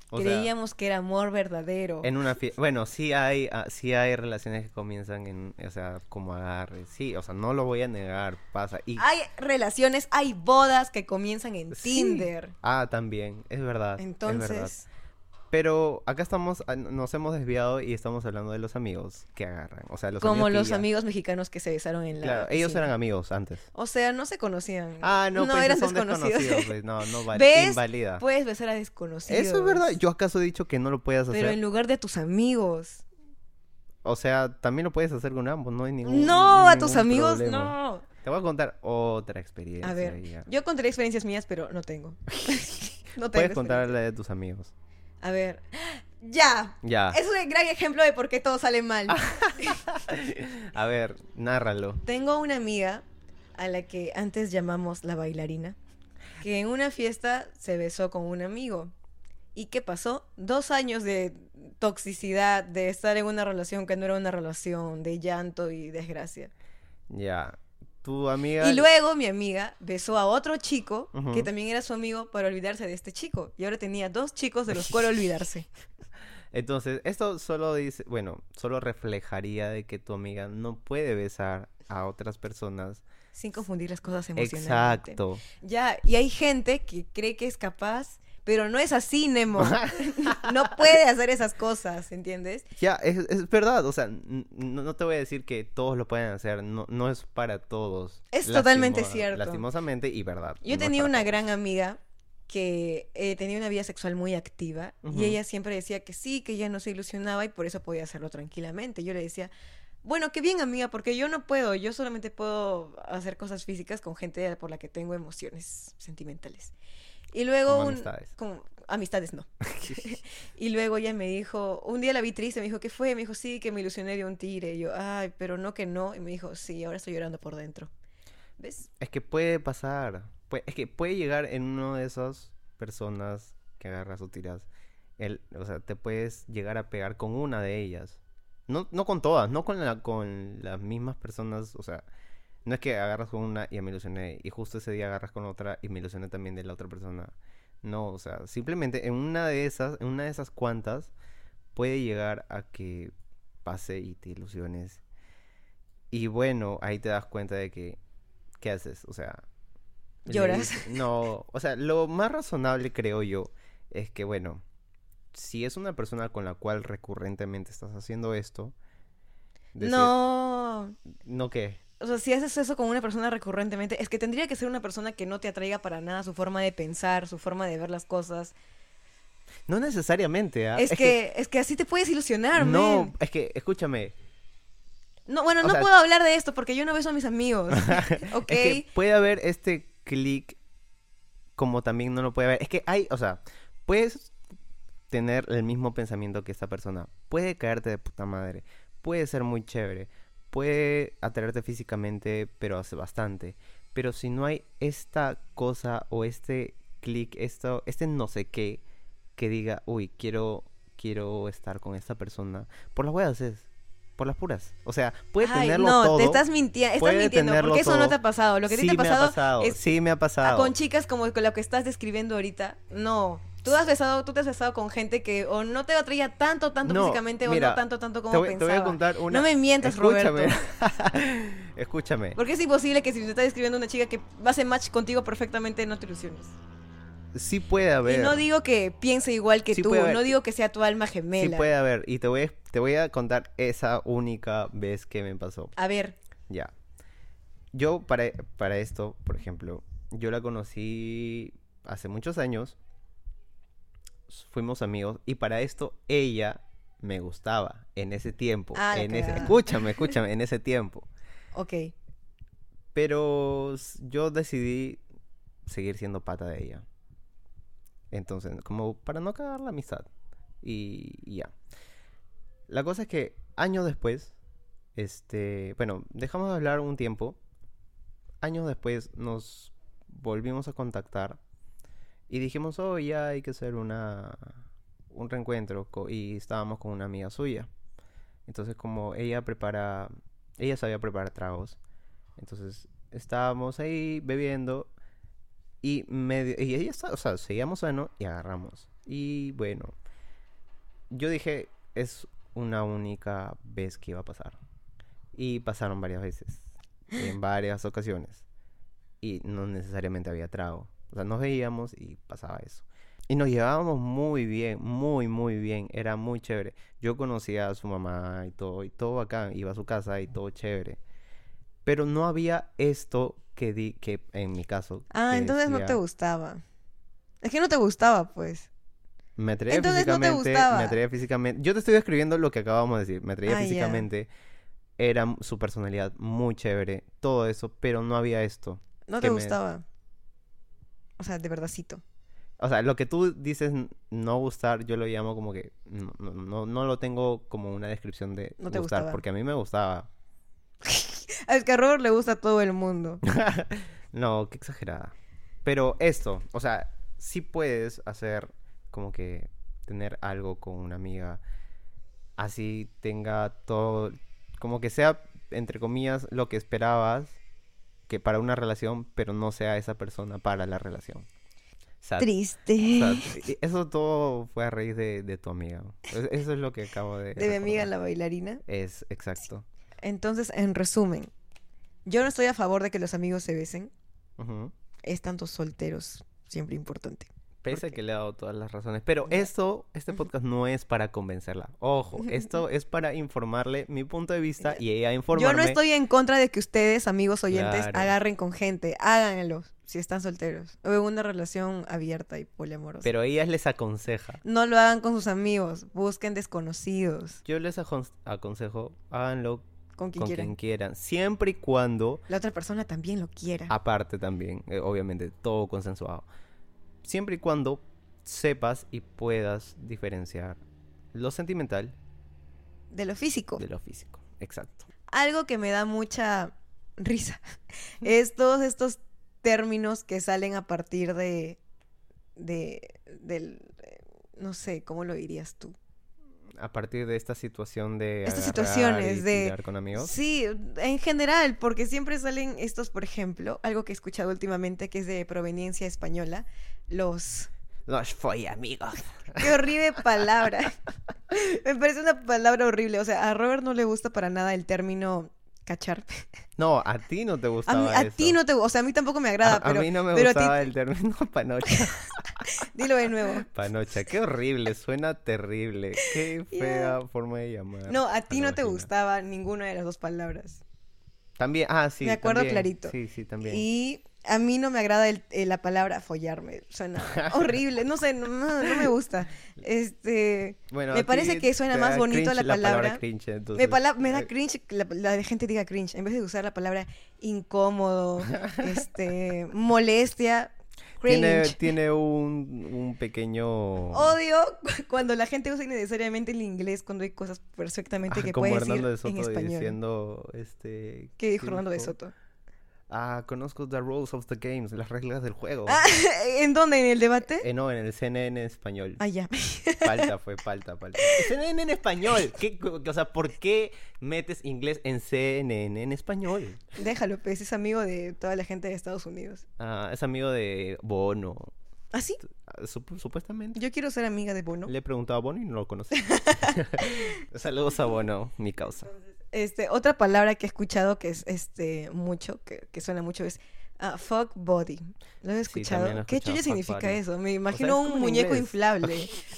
Speaker 1: O sea,
Speaker 2: Creíamos que era amor verdadero.
Speaker 1: en una fie- Bueno, sí hay, ah, sí hay relaciones que comienzan en, o sea, como agarre. Sí, o sea, no lo voy a negar, pasa. Y,
Speaker 2: Hay relaciones, hay bodas que comienzan en
Speaker 1: Sí.
Speaker 2: Tinder.
Speaker 1: Ah, también, es verdad. es verdad.
Speaker 2: Entonces,
Speaker 1: Pero acá estamos, ah, nos hemos desviado y estamos hablando de los amigos que agarran. O sea, los
Speaker 2: como
Speaker 1: amigos que
Speaker 2: los
Speaker 1: ya-
Speaker 2: amigos mexicanos que se besaron en la.
Speaker 1: Claro, ellos
Speaker 2: piscina.
Speaker 1: eran amigos antes.
Speaker 2: O sea, no se conocían.
Speaker 1: Ah, no, pues
Speaker 2: Mm. eran
Speaker 1: esos son
Speaker 2: desconocidos.
Speaker 1: desconocidos. pues, no, no vale.
Speaker 2: ¿Ves? pues,
Speaker 1: Invalida.
Speaker 2: Puedes besar a desconocidos.
Speaker 1: Eso es verdad. Yo acaso he dicho que no lo puedas hacer.
Speaker 2: Pero en lugar de tus amigos.
Speaker 1: O sea, también lo puedes hacer con ambos, no hay ningún
Speaker 2: no, a tus
Speaker 1: ningún
Speaker 2: amigos
Speaker 1: problema.
Speaker 2: no.
Speaker 1: Te voy a contar otra experiencia.
Speaker 2: A ver,
Speaker 1: ya.
Speaker 2: yo contaré experiencias mías, pero no tengo. no tengo.
Speaker 1: Puedes contar
Speaker 2: experiencia.
Speaker 1: la de tus amigos.
Speaker 2: A ver. Ya.
Speaker 1: Ya.
Speaker 2: Es un gran ejemplo de por qué todo sale mal.
Speaker 1: A ver, nárralo.
Speaker 2: Tengo una amiga a la que antes llamamos la bailarina, que en una fiesta se besó con un amigo. ¿Y qué pasó? Dos años de toxicidad, de estar en una relación que no era una relación, de llanto y desgracia.
Speaker 1: Ya. Tu amiga.
Speaker 2: Y luego mi amiga besó a otro chico,
Speaker 1: Ujú.
Speaker 2: que también era su amigo, para olvidarse de este chico. Y ahora tenía dos chicos de los cuales olvidarse.
Speaker 1: Entonces, esto solo dice, bueno, solo reflejaría de que tu amiga no puede besar a otras personas.
Speaker 2: Sin confundir las cosas emocionalmente.
Speaker 1: Exacto.
Speaker 2: Ya, y hay gente que cree que es capaz, pero no es así, Nemo. no puede hacer esas cosas, ¿entiendes?
Speaker 1: Ya, es, es verdad, o sea, n- no, no te voy a decir que todos lo pueden hacer, no, no es para todos.
Speaker 2: Es totalmente cierto.
Speaker 1: Lastimosamente y verdad.
Speaker 2: Yo
Speaker 1: no es
Speaker 2: tenía
Speaker 1: para
Speaker 2: una
Speaker 1: todos.
Speaker 2: gran amiga que eh, tenía una vida sexual muy activa
Speaker 1: Ujú.
Speaker 2: y ella siempre decía que sí, que ella no se ilusionaba y por eso podía hacerlo tranquilamente. Yo le decía, bueno, qué bien amiga, porque yo no puedo, yo solamente puedo hacer cosas físicas con gente por la que tengo emociones sentimentales. Y luego...
Speaker 1: Como
Speaker 2: un-
Speaker 1: amistades.
Speaker 2: con- amistades no. y luego ella me dijo, un día la vi triste, me dijo, ¿qué fue? Me dijo, sí, que me ilusioné de un tire. Y yo, ay, pero no que no. Y me dijo, sí, ahora estoy llorando por dentro. ¿Ves?
Speaker 1: Es que puede pasar. pue- es que puede llegar en uno de esas personas que agarras o tiras. El, o sea, te puedes llegar a pegar con una de ellas. No, no con todas, no con, la, con las mismas personas. O sea, no es que agarras con una y ya me ilusioné. Y justo ese día agarras con otra y me ilusioné también de la otra persona. No, o sea, simplemente en una de esas, en una de esas cuantas, puede llegar a que pase y te ilusiones. Y bueno, ahí te das cuenta de que ¿qué haces? O sea, le
Speaker 2: Lloras.
Speaker 1: dices- no, o sea, lo más razonable creo yo es que, bueno, si es una persona con la cual recurrentemente estás haciendo esto, decir,
Speaker 2: No.
Speaker 1: ¿no qué?
Speaker 2: O sea, si haces eso con una persona recurrentemente, es que tendría que ser una persona que no te atraiga para nada su forma de pensar, su forma de ver las cosas.
Speaker 1: No necesariamente, ¿ah?
Speaker 2: Es, que, es que así te puedes ilusionar,
Speaker 1: no,
Speaker 2: men.
Speaker 1: es que, escúchame,
Speaker 2: No, bueno,
Speaker 1: o
Speaker 2: no
Speaker 1: sea-
Speaker 2: puedo hablar de esto porque yo no beso a mis amigos. ok.
Speaker 1: Es que puede haber este clic como también no lo puede haber. Es que hay, o sea, puedes tener el mismo pensamiento que esta persona. Puede caerte de puta madre. Puede ser muy chévere. Puede atraerte físicamente, pero hace bastante. Pero si no hay esta cosa o este clic, esto, este no sé qué, que diga, uy, quiero, quiero estar con esta persona. Por las huevas es. Por las puras. O sea, puede
Speaker 2: Ay,
Speaker 1: tenerlo
Speaker 2: no,
Speaker 1: todo.
Speaker 2: te estás, mintiendo estás
Speaker 1: puede
Speaker 2: mintiendo
Speaker 1: tenerlo
Speaker 2: porque eso no
Speaker 1: todo.
Speaker 2: te ha pasado. Lo que a ti
Speaker 1: sí
Speaker 2: te ha pasado,
Speaker 1: me ha pasado.
Speaker 2: es
Speaker 1: Sí, me ha
Speaker 2: Ah,
Speaker 1: pasado.
Speaker 2: con chicas como con lo que estás describiendo ahorita, no. Tú has besado, tú te has besado con gente que o no te atraía tanto, tanto
Speaker 1: No,
Speaker 2: físicamente o
Speaker 1: mira,
Speaker 2: no tanto, tanto como
Speaker 1: te, voy, te
Speaker 2: pensaba.
Speaker 1: voy a contar una.
Speaker 2: No me mientas,
Speaker 1: Escúchame.
Speaker 2: Roberto.
Speaker 1: Escúchame.
Speaker 2: Porque es imposible que si te está describiendo una chica que hace match contigo perfectamente, no te ilusiones.
Speaker 1: Sí puede haber.
Speaker 2: Y no digo que piense igual que
Speaker 1: Sí
Speaker 2: tú,
Speaker 1: puede haber.
Speaker 2: no digo que sea tu alma
Speaker 1: sí
Speaker 2: gemela.
Speaker 1: puede haber. Y te voy, a- te voy a contar esa única vez que me pasó.
Speaker 2: A ver,
Speaker 1: Ya. Yo para, para esto, por ejemplo, yo la conocí hace muchos años. Fuimos amigos y para esto ella me gustaba en ese tiempo.
Speaker 2: Ah, la
Speaker 1: en ese,
Speaker 2: cagada.
Speaker 1: escúchame, escúchame, en ese tiempo.
Speaker 2: ok.
Speaker 1: Pero s- yo decidí seguir siendo pata de ella. Entonces, como para no cagar la amistad. Y, y ya. La cosa es que años después, este, bueno, dejamos de hablar un tiempo. Años después nos volvimos a contactar y dijimos, oh, ya hay que hacer una, un reencuentro. co- Y estábamos con una amiga suya. Entonces, como ella prepara, ella sabía preparar tragos. Entonces estábamos ahí bebiendo y medio y ella está, o sea, seguíamos sano y agarramos. Y bueno, yo dije, es una única vez que iba a pasar. Y pasaron varias veces, en varias ocasiones. Y no necesariamente había trago. O sea, nos veíamos y pasaba eso. Y nos llevábamos muy bien, muy, muy bien. Era muy chévere. Yo conocía a su mamá y todo, y todo acá. Iba a su casa y todo chévere. Pero no había esto que di, que en mi caso.
Speaker 2: Ah,
Speaker 1: que
Speaker 2: entonces no
Speaker 1: decía,
Speaker 2: te gustaba. Es que no te gustaba, pues.
Speaker 1: Me atraía
Speaker 2: Entonces no te
Speaker 1: físicamente.
Speaker 2: gustaba.
Speaker 1: Me atraía físicamente. Yo te estoy describiendo lo que acabamos de decir. Me atraía
Speaker 2: Ah, ya.
Speaker 1: físicamente. Era m- su personalidad muy chévere. Todo eso. Pero no había esto.
Speaker 2: No
Speaker 1: que
Speaker 2: te
Speaker 1: me-
Speaker 2: gustaba. O sea, de verdadcito.
Speaker 1: O sea, lo que tú dices n- no gustar, yo lo llamo como que. No, no, no, no lo tengo como una descripción de
Speaker 2: No te
Speaker 1: gustar.
Speaker 2: gustaba.
Speaker 1: Porque a mí me gustaba.
Speaker 2: Es que a Robert le gusta a todo el mundo.
Speaker 1: No, qué exagerada. Pero esto, o sea, sí puedes hacer como que tener algo con una amiga. Así tenga todo, como que sea, entre comillas, lo que esperabas que para una relación, pero no sea esa persona para la relación. O sea,
Speaker 2: Triste.
Speaker 1: o sea, y eso todo fue a raíz de, de tu amiga. Es- Eso es lo que acabo de...
Speaker 2: de mi amiga
Speaker 1: recordar.
Speaker 2: la bailarina.
Speaker 1: Es, exacto.
Speaker 2: Entonces, en resumen, yo no estoy a favor de que los amigos se besen.
Speaker 1: Ujú.
Speaker 2: Es tanto solteros, siempre importante.
Speaker 1: Pese a
Speaker 2: Porque-
Speaker 1: que le he dado todas las razones. Pero esto, este podcast no es para convencerla. Ojo, esto es para informarle mi punto de vista y ella informarme.
Speaker 2: Yo no estoy en contra de que ustedes, amigos oyentes,
Speaker 1: Claro.
Speaker 2: agarren con gente. Háganlo si están solteros. O en una relación abierta y poliamorosa.
Speaker 1: Pero ella les aconseja.
Speaker 2: No lo hagan con sus amigos. Busquen desconocidos.
Speaker 1: Yo les acon- aconsejo, háganlo
Speaker 2: Con quien
Speaker 1: con
Speaker 2: quieran.
Speaker 1: quien quieran. Siempre y cuando,
Speaker 2: La otra persona también lo quiera.
Speaker 1: aparte también, eh, obviamente, todo consensuado. Siempre y cuando sepas y puedas diferenciar lo sentimental
Speaker 2: De lo físico.
Speaker 1: de lo físico. Exacto.
Speaker 2: Algo que me da mucha risa es todos estos términos que salen a partir de. de. del. no sé, ¿cómo lo dirías tú?
Speaker 1: A partir de esta situación de...
Speaker 2: Estas
Speaker 1: agarrar
Speaker 2: situaciones
Speaker 1: y
Speaker 2: de-
Speaker 1: tirar con amigos.
Speaker 2: Sí, en general, porque siempre salen estos, por ejemplo, algo que he escuchado últimamente que es de proveniencia española, los...
Speaker 1: Los fue amigos.
Speaker 2: ¡Qué horrible palabra! Me parece una palabra horrible, o sea, a Robert no le gusta para nada el término cachar.
Speaker 1: No, a ti no te
Speaker 2: A, mí-
Speaker 1: gustaba
Speaker 2: a ti
Speaker 1: eso.
Speaker 2: no te gusta, o sea, a mí tampoco me
Speaker 1: A-
Speaker 2: agrada,
Speaker 1: a,
Speaker 2: pero...
Speaker 1: mí no me
Speaker 2: pero a ti-
Speaker 1: gustaba el término panocha.
Speaker 2: Dilo de nuevo.
Speaker 1: Panocha, qué horrible, suena terrible. Qué
Speaker 2: Ya.
Speaker 1: fea forma de llamar.
Speaker 2: No, a ti no te
Speaker 1: vagina.
Speaker 2: gustaba ninguna de las dos palabras.
Speaker 1: También, ah, sí.
Speaker 2: Me acuerdo
Speaker 1: también.
Speaker 2: clarito.
Speaker 1: Sí, sí, también.
Speaker 2: Y a mí no me agrada el- eh, la palabra follarme, suena horrible, no sé, no, no no me gusta. Este...
Speaker 1: Bueno,
Speaker 2: me
Speaker 1: a
Speaker 2: parece
Speaker 1: ti
Speaker 2: que suena
Speaker 1: te
Speaker 2: más
Speaker 1: da
Speaker 2: bonito
Speaker 1: cringe
Speaker 2: la palabra.
Speaker 1: cringe,
Speaker 2: Me,
Speaker 1: entonces,
Speaker 2: pala- me da
Speaker 1: eh,
Speaker 2: cringe que la, la gente diga cringe. En vez de usar la palabra incómodo, este, molestia, cringe.
Speaker 1: Tiene, tiene un, un pequeño.
Speaker 2: Odio cu- cuando la gente usa innecesariamente el inglés cuando hay cosas perfectamente
Speaker 1: Ah,
Speaker 2: que
Speaker 1: como
Speaker 2: puede
Speaker 1: Hernando de
Speaker 2: decir en
Speaker 1: Soto
Speaker 2: español.
Speaker 1: diciendo. Este,
Speaker 2: ¿Qué dijo Hernando de Soto?
Speaker 1: Ah, conozco The Rules of the Games, las reglas del juego.
Speaker 2: Ah, ¿En dónde? ¿En el debate?
Speaker 1: Eh, no, en el CNN español.
Speaker 2: Ah, ya.
Speaker 1: Falta, fue falta, falta. CNN en español. ¿Qué, cu- o sea, ¿por qué metes inglés en CNN en español?
Speaker 2: Déjalo, pues es amigo de toda la gente de Estados Unidos.
Speaker 1: Ah, es amigo de Bono.
Speaker 2: ¿Ah, sí?
Speaker 1: Ah, sup- supuestamente.
Speaker 2: Yo quiero ser amiga de Bono.
Speaker 1: Le he preguntado a Bono y no lo conocí. Saludos a Bono, mi causa.
Speaker 2: Este, otra palabra que he escuchado que es este mucho, que, que suena mucho, es ah, fuck body. ¿Lo has
Speaker 1: Sí, también
Speaker 2: escuchado?
Speaker 1: lo he
Speaker 2: ¿Qué
Speaker 1: escuchado,
Speaker 2: chulla
Speaker 1: fuck
Speaker 2: significa
Speaker 1: body.
Speaker 2: eso? Me
Speaker 1: es
Speaker 2: imagino
Speaker 1: como
Speaker 2: un
Speaker 1: en
Speaker 2: muñeco
Speaker 1: inglés.
Speaker 2: inflable.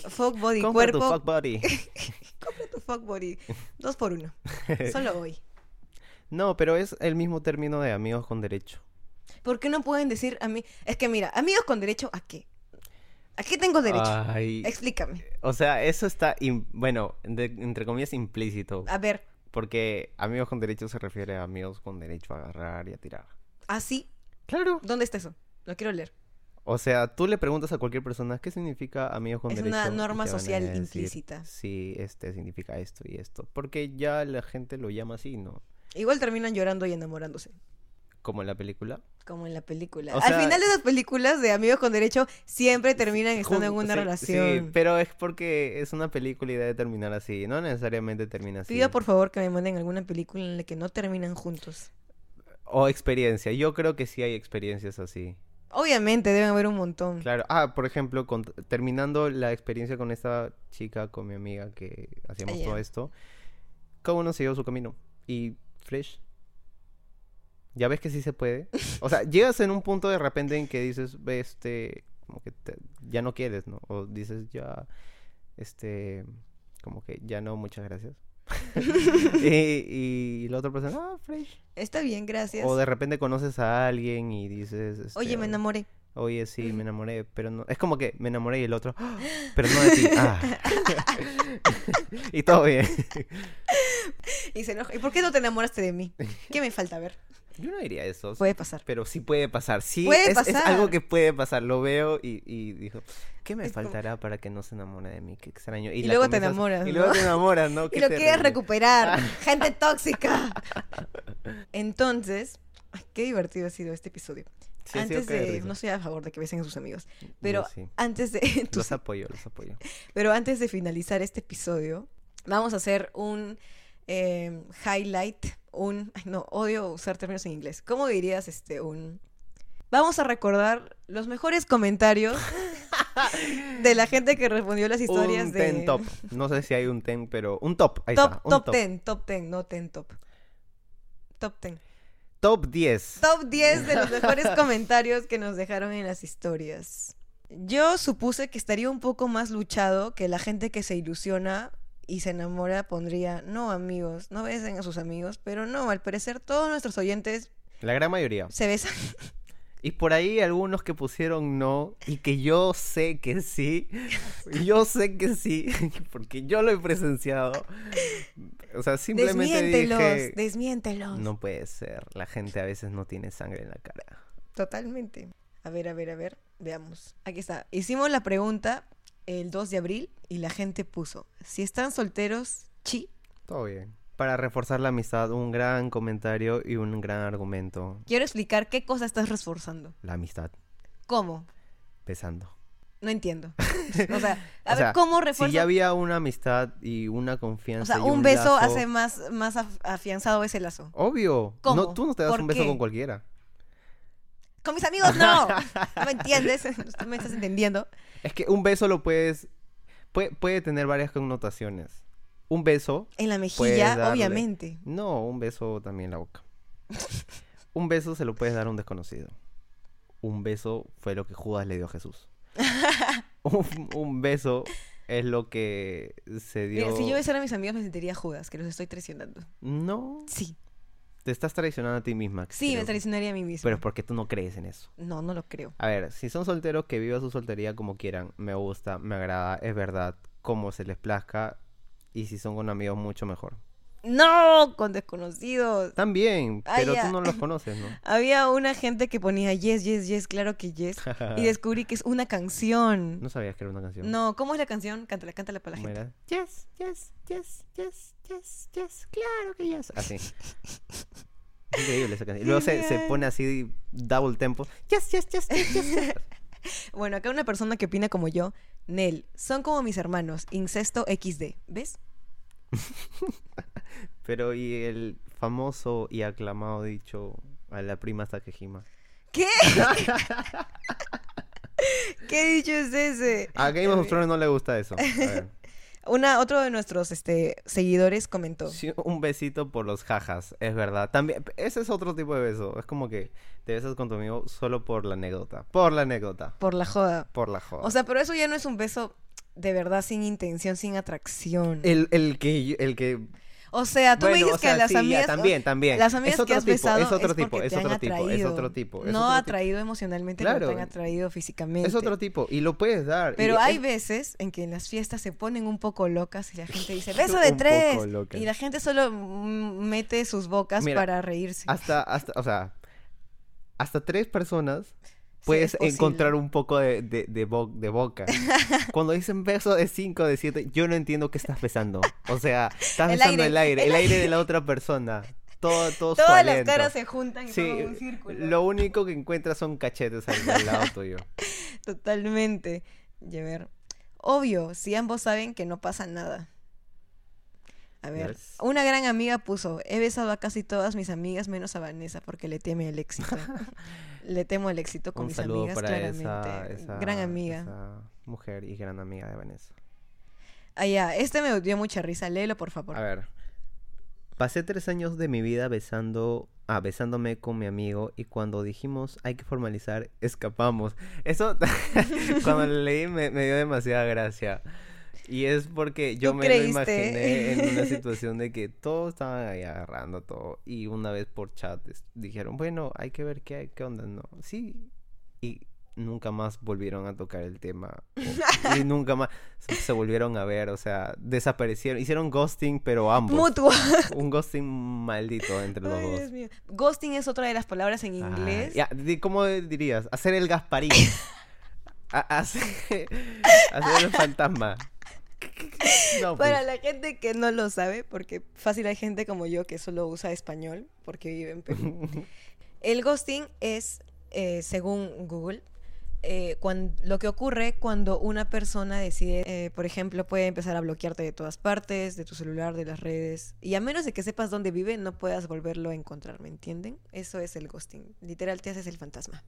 Speaker 2: fuck body,
Speaker 1: Compra tu
Speaker 2: cuerpo.
Speaker 1: fuck buddy.
Speaker 2: Compra tu fuck body. Dos por uno. Solo hoy.
Speaker 1: No, pero es el mismo término de amigos con derecho.
Speaker 2: ¿Por qué no pueden decir a mí? Es que mira, amigos con derecho, ¿a qué? ¿A qué tengo derecho?
Speaker 1: Ay,
Speaker 2: Explícame.
Speaker 1: o sea, eso está, im- bueno, de- entre comillas, implícito.
Speaker 2: A ver,
Speaker 1: Porque amigos con derecho se refiere a amigos con derecho a agarrar y a tirar.
Speaker 2: así,
Speaker 1: Claro.
Speaker 2: ¿dónde está eso? Lo quiero leer.
Speaker 1: O sea, tú le preguntas a cualquier persona qué significa amigos con
Speaker 2: Es
Speaker 1: derecho.
Speaker 2: una
Speaker 1: y
Speaker 2: norma
Speaker 1: te van a
Speaker 2: social
Speaker 1: decir,
Speaker 2: implícita.
Speaker 1: Sí, este significa esto y esto. Porque ya la gente lo llama así, ¿no?
Speaker 2: Igual terminan llorando y enamorándose.
Speaker 1: Como en la película.
Speaker 2: Como en la película.
Speaker 1: O
Speaker 2: Al
Speaker 1: sea-
Speaker 2: final de esas películas de Amigos con Derecho siempre terminan estando en
Speaker 1: Jun-
Speaker 2: una
Speaker 1: sí,
Speaker 2: relación.
Speaker 1: Sí, pero es porque es una película y debe terminar así. No necesariamente termina así.
Speaker 2: Pido por favor que me manden alguna película en la que no terminan juntos.
Speaker 1: O experiencia. Yo creo que sí hay experiencias así.
Speaker 2: Obviamente, deben haber un montón.
Speaker 1: Claro. Ah, por ejemplo, con- terminando la experiencia con esta chica, con mi amiga que hacíamos
Speaker 2: Ah, ya.
Speaker 1: todo esto, cada uno siguió su camino. Y fresh. Ya ves que sí se puede. O sea, llegas en un punto de repente en que dices, "Ve, este, como que te- ya no quieres, ¿no? O dices, ya, este, como que ya no, muchas gracias. y, y la otra persona, ah, fresh.
Speaker 2: Está bien, gracias.
Speaker 1: O de repente conoces a alguien y dices,
Speaker 2: Oye,
Speaker 1: este,
Speaker 2: me enamoré.
Speaker 1: Oye, sí, me enamoré, pero no. Es como que me enamoré y el otro, "Ah, pero no de ti. Ah. y todo bien.
Speaker 2: Y se enoja. ¿Y por qué no te enamoraste de mí? ¿Qué me falta ver?
Speaker 1: Yo no diría eso,
Speaker 2: Puede pasar.
Speaker 1: pero sí Pues puede pasar. Sí,
Speaker 2: Puede
Speaker 1: es, es
Speaker 2: pasar.
Speaker 1: algo que puede pasar. Lo veo y, y dijo, ¿qué me
Speaker 2: Es como-
Speaker 1: faltará para que no se enamore de mí? Qué extraño.
Speaker 2: Y
Speaker 1: la
Speaker 2: luego te
Speaker 1: comienzas-
Speaker 2: enamoras,
Speaker 1: Y
Speaker 2: ¿no?
Speaker 1: luego te Ah. enamoras, ¿no?
Speaker 2: Y
Speaker 1: Qué
Speaker 2: lo quieres
Speaker 1: terrible.
Speaker 2: recuperar. Gente tóxica. Entonces, ay, qué divertido ha sido este episodio.
Speaker 1: Sí, ha sido
Speaker 2: antes
Speaker 1: caer
Speaker 2: de,
Speaker 1: risa.
Speaker 2: no soy a favor de que besen a sus amigos, pero
Speaker 1: sí.
Speaker 2: antes de tus
Speaker 1: Los apoyo, los apoyo.
Speaker 2: Pero antes de finalizar este episodio, vamos a hacer un eh, highlight, un... ay, no, odio usar términos en inglés. ¿Cómo dirías este un... Vamos a recordar los mejores comentarios de la gente que respondió las historias
Speaker 1: un
Speaker 2: de...
Speaker 1: ten top. No sé si hay un ten, pero un top. Ahí
Speaker 2: Top,
Speaker 1: está. un
Speaker 2: top 10, top 10, no 10 top. Top 10.
Speaker 1: Top 10.
Speaker 2: Top 10 de los mejores comentarios que nos dejaron en las historias. Yo supuse que estaría un poco más luchado que la gente que se ilusiona y se enamora pondría, no amigos, no besen a sus amigos, pero no, al parecer todos nuestros oyentes
Speaker 1: La gran mayoría.
Speaker 2: se besan.
Speaker 1: Y por ahí algunos que pusieron no y que yo sé que sí, yo sé que sí, porque yo lo he presenciado. O sea, simplemente
Speaker 2: Desmiéntelos,
Speaker 1: dije,
Speaker 2: desmiéntelos.
Speaker 1: no puede ser, la gente a veces no tiene sangre en la cara.
Speaker 2: Totalmente. A ver, a ver, a ver, veamos. Aquí está. Hicimos la pregunta el 2 de abril y la gente puso, si están solteros, chi.
Speaker 1: Todo bien. Para reforzar la amistad, un gran comentario y un gran argumento.
Speaker 2: Quiero explicar qué cosa estás reforzando.
Speaker 1: La amistad,
Speaker 2: ¿Cómo?
Speaker 1: pesando.
Speaker 2: No entiendo. O sea, a
Speaker 1: O
Speaker 2: ver,
Speaker 1: sea,
Speaker 2: ¿cómo refuerza?
Speaker 1: Si ya había una amistad y una confianza.
Speaker 2: o sea,
Speaker 1: y
Speaker 2: un, beso
Speaker 1: lazo-
Speaker 2: hace más, más af- afianzado ese lazo.
Speaker 1: Obvio.
Speaker 2: ¿Cómo?
Speaker 1: No, tú no te das
Speaker 2: ¿Por
Speaker 1: un beso
Speaker 2: qué?
Speaker 1: con cualquiera.
Speaker 2: Con mis amigos no. No me entiendes. No me estás entendiendo.
Speaker 1: Es que un beso lo puedes. Puede, puede tener varias connotaciones. Un beso.
Speaker 2: En la
Speaker 1: Puedes
Speaker 2: mejilla,
Speaker 1: darle.
Speaker 2: obviamente.
Speaker 1: No, un beso también en la boca. un beso se lo puedes dar a un desconocido. Un beso fue lo que Judas le dio a Jesús. un, un beso es lo que se dio.
Speaker 2: Mira, si yo besara a mis amigos me sentiría Judas, que los estoy traicionando.
Speaker 1: No,
Speaker 2: Sí.
Speaker 1: te estás traicionando a ti misma.
Speaker 2: Sí, me
Speaker 1: creo.
Speaker 2: traicionaría a mí mismo.
Speaker 1: Pero es porque tú no crees en eso.
Speaker 2: No, no lo creo.
Speaker 1: A ver, si son solteros, que viva su soltería como quieran. Me gusta, me agrada, es verdad, como se les plazca. Y si son con amigos, mucho mejor.
Speaker 2: ¡No! Con desconocidos.
Speaker 1: También,
Speaker 2: Ah,
Speaker 1: pero
Speaker 2: ya.
Speaker 1: tú no los conoces, ¿no?
Speaker 2: Había una gente que ponía yes, yes, yes, claro que yes. Y descubrí que es una canción.
Speaker 1: No sabías que era una canción.
Speaker 2: No, ¿cómo es la canción? Cántala, cántala para la
Speaker 1: ¿Cómo
Speaker 2: gente.
Speaker 1: era? Yes, yes, yes, yes, yes, yes, claro que yes. Así. Increíble esa canción. Y luego se, se
Speaker 2: Genial.
Speaker 1: pone así, double tempo. Yes, yes, yes, yes, yes, yes.
Speaker 2: Bueno, acá una persona que opina como yo, Nel, son como mis hermanos, incesto XD, ¿ves?
Speaker 1: Pero y el famoso y aclamado dicho a la prima hasta que gima.
Speaker 2: ¿Qué? ¿Qué dicho es ese?
Speaker 1: A Game of Thrones no le gusta eso. A ver.
Speaker 2: Una, otro de nuestros este, seguidores comentó.
Speaker 1: Sí, un besito por los jajas, es verdad. También, ese es otro tipo de beso. Es como que te besas con tu amigo solo por la anécdota. Por la anécdota.
Speaker 2: Por la joda.
Speaker 1: Por la joda.
Speaker 2: O sea, pero eso ya no es un beso de verdad sin intención, sin atracción.
Speaker 1: el, el que yo- el que
Speaker 2: O sea, Ah, tú me
Speaker 1: Bueno,
Speaker 2: dices
Speaker 1: o sea,
Speaker 2: que a las
Speaker 1: sí, ya,
Speaker 2: amigas...
Speaker 1: también, también.
Speaker 2: Las amigas
Speaker 1: Es otro
Speaker 2: que has
Speaker 1: tipo,
Speaker 2: besado
Speaker 1: es otro tipo,
Speaker 2: porque
Speaker 1: es
Speaker 2: te han
Speaker 1: otro tipo, es
Speaker 2: atraído.
Speaker 1: otro tipo, es
Speaker 2: no
Speaker 1: otro tipo.
Speaker 2: atraído emocionalmente, pero te
Speaker 1: Claro.
Speaker 2: han atraído físicamente.
Speaker 1: es otro tipo y lo puedes dar. y
Speaker 2: Pero hay
Speaker 1: es-
Speaker 2: veces en que en las fiestas se ponen un poco locas y la gente dice, beso de
Speaker 1: Un poco
Speaker 2: tres.
Speaker 1: locas.
Speaker 2: Y la gente solo mm, mete sus bocas
Speaker 1: Mira,
Speaker 2: para reírse.
Speaker 1: hasta hasta o sea, hasta tres personas
Speaker 2: es
Speaker 1: puedes
Speaker 2: posible.
Speaker 1: encontrar un poco de, de, de bo- de boca. Cuando dicen beso de cinco, de siete, yo no entiendo qué estás besando. O sea, estás
Speaker 2: El
Speaker 1: besando
Speaker 2: aire,
Speaker 1: el aire,
Speaker 2: el
Speaker 1: el aire de la otra persona. Todo, todo su
Speaker 2: Todas las
Speaker 1: aliento.
Speaker 2: caras se juntan y
Speaker 1: Sí,
Speaker 2: forman un círculo.
Speaker 1: lo único que encuentras son cachetes al, al lado tuyo.
Speaker 2: Totalmente. Y a ver, obvio, si ambos saben que no pasa nada. A ver,
Speaker 1: Yes.
Speaker 2: una gran amiga puso, he besado a casi todas mis amigas menos a Vanessa porque le teme el éxito. le temo el éxito con
Speaker 1: Un
Speaker 2: mis
Speaker 1: saludo
Speaker 2: amigas,
Speaker 1: para
Speaker 2: claramente.
Speaker 1: esa, esa-
Speaker 2: gran amiga.
Speaker 1: esa mujer y gran amiga de Vanessa.
Speaker 2: Ah, ya, este me dio mucha risa, léelo por favor.
Speaker 1: A ver. Pasé tres años de mi vida besando, ah, besándome con mi amigo y cuando dijimos hay que formalizar, escapamos. Eso, cuando lo leí me, me dio demasiada gracia. Y es porque yo
Speaker 2: Tú
Speaker 1: me
Speaker 2: creíste.
Speaker 1: lo imaginé en una situación de que todos estaban ahí agarrando todo. Y una vez por chat es- dijeron, bueno, hay que ver qué, hay- qué onda, ¿no? Sí. Y nunca más volvieron a tocar el tema. o- y nunca más se se volvieron a ver, o sea, desaparecieron. Hicieron ghosting, pero ambos.
Speaker 2: Mutua.
Speaker 1: Un ghosting maldito entre los
Speaker 2: Ay,
Speaker 1: dos.
Speaker 2: Dios mío. Ghosting es otra de las palabras en
Speaker 1: Ah,
Speaker 2: inglés.
Speaker 1: ya, di- ¿Cómo dirías? Hacer el Gasparín. A- hacer, hacer el fantasma. No, pues.
Speaker 2: Para la gente que no lo sabe, porque fácil hay gente como yo que solo usa español porque vive en Perú. El ghosting es, eh, según Google, eh, cuan- lo que ocurre cuando una persona decide, eh, por ejemplo, puede empezar a bloquearte de todas partes, de tu celular, de las redes, y a menos de que sepas dónde vive, no puedas volverlo a encontrar, ¿me entienden? Eso es el ghosting. Literal, te haces el fantasma.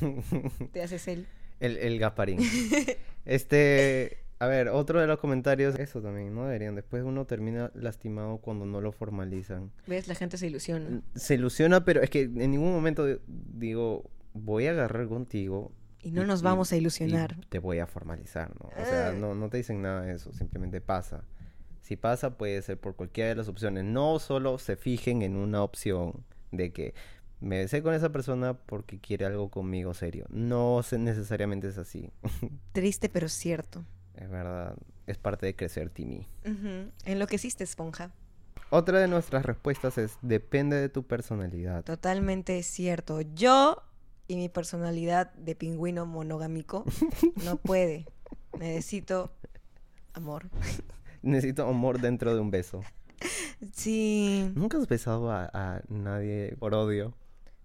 Speaker 2: Te haces el...
Speaker 1: El, el Gasparín. Este, a ver, otro de los comentarios. Eso también, ¿no? Deberían. Después uno termina lastimado cuando no lo formalizan.
Speaker 2: ¿Ves? La gente se ilusiona.
Speaker 1: Se ilusiona, pero es que en ningún momento di- digo, voy a agarrar contigo.
Speaker 2: Y no nos vamos a
Speaker 1: y
Speaker 2: ilusionar.
Speaker 1: te voy a formalizar, ¿no? O sea,
Speaker 2: Ah.
Speaker 1: no, no te dicen nada de eso, simplemente pasa. Si pasa, puede ser por cualquiera de las opciones. No solo se fijen en una opción de que me besé con esa persona porque quiere algo conmigo serio. No se- necesariamente es así.
Speaker 2: Triste, pero cierto.
Speaker 1: Es verdad, es parte de crecer Timmy.
Speaker 2: Ujú. Enloqueciste, esponja.
Speaker 1: Otra de nuestras respuestas es depende de tu personalidad.
Speaker 2: Totalmente cierto. Yo y mi personalidad de pingüino monogámico no puede. Necesito amor.
Speaker 1: Necesito amor dentro de un beso.
Speaker 2: Sí.
Speaker 1: ¿Nunca has besado a, a nadie por odio?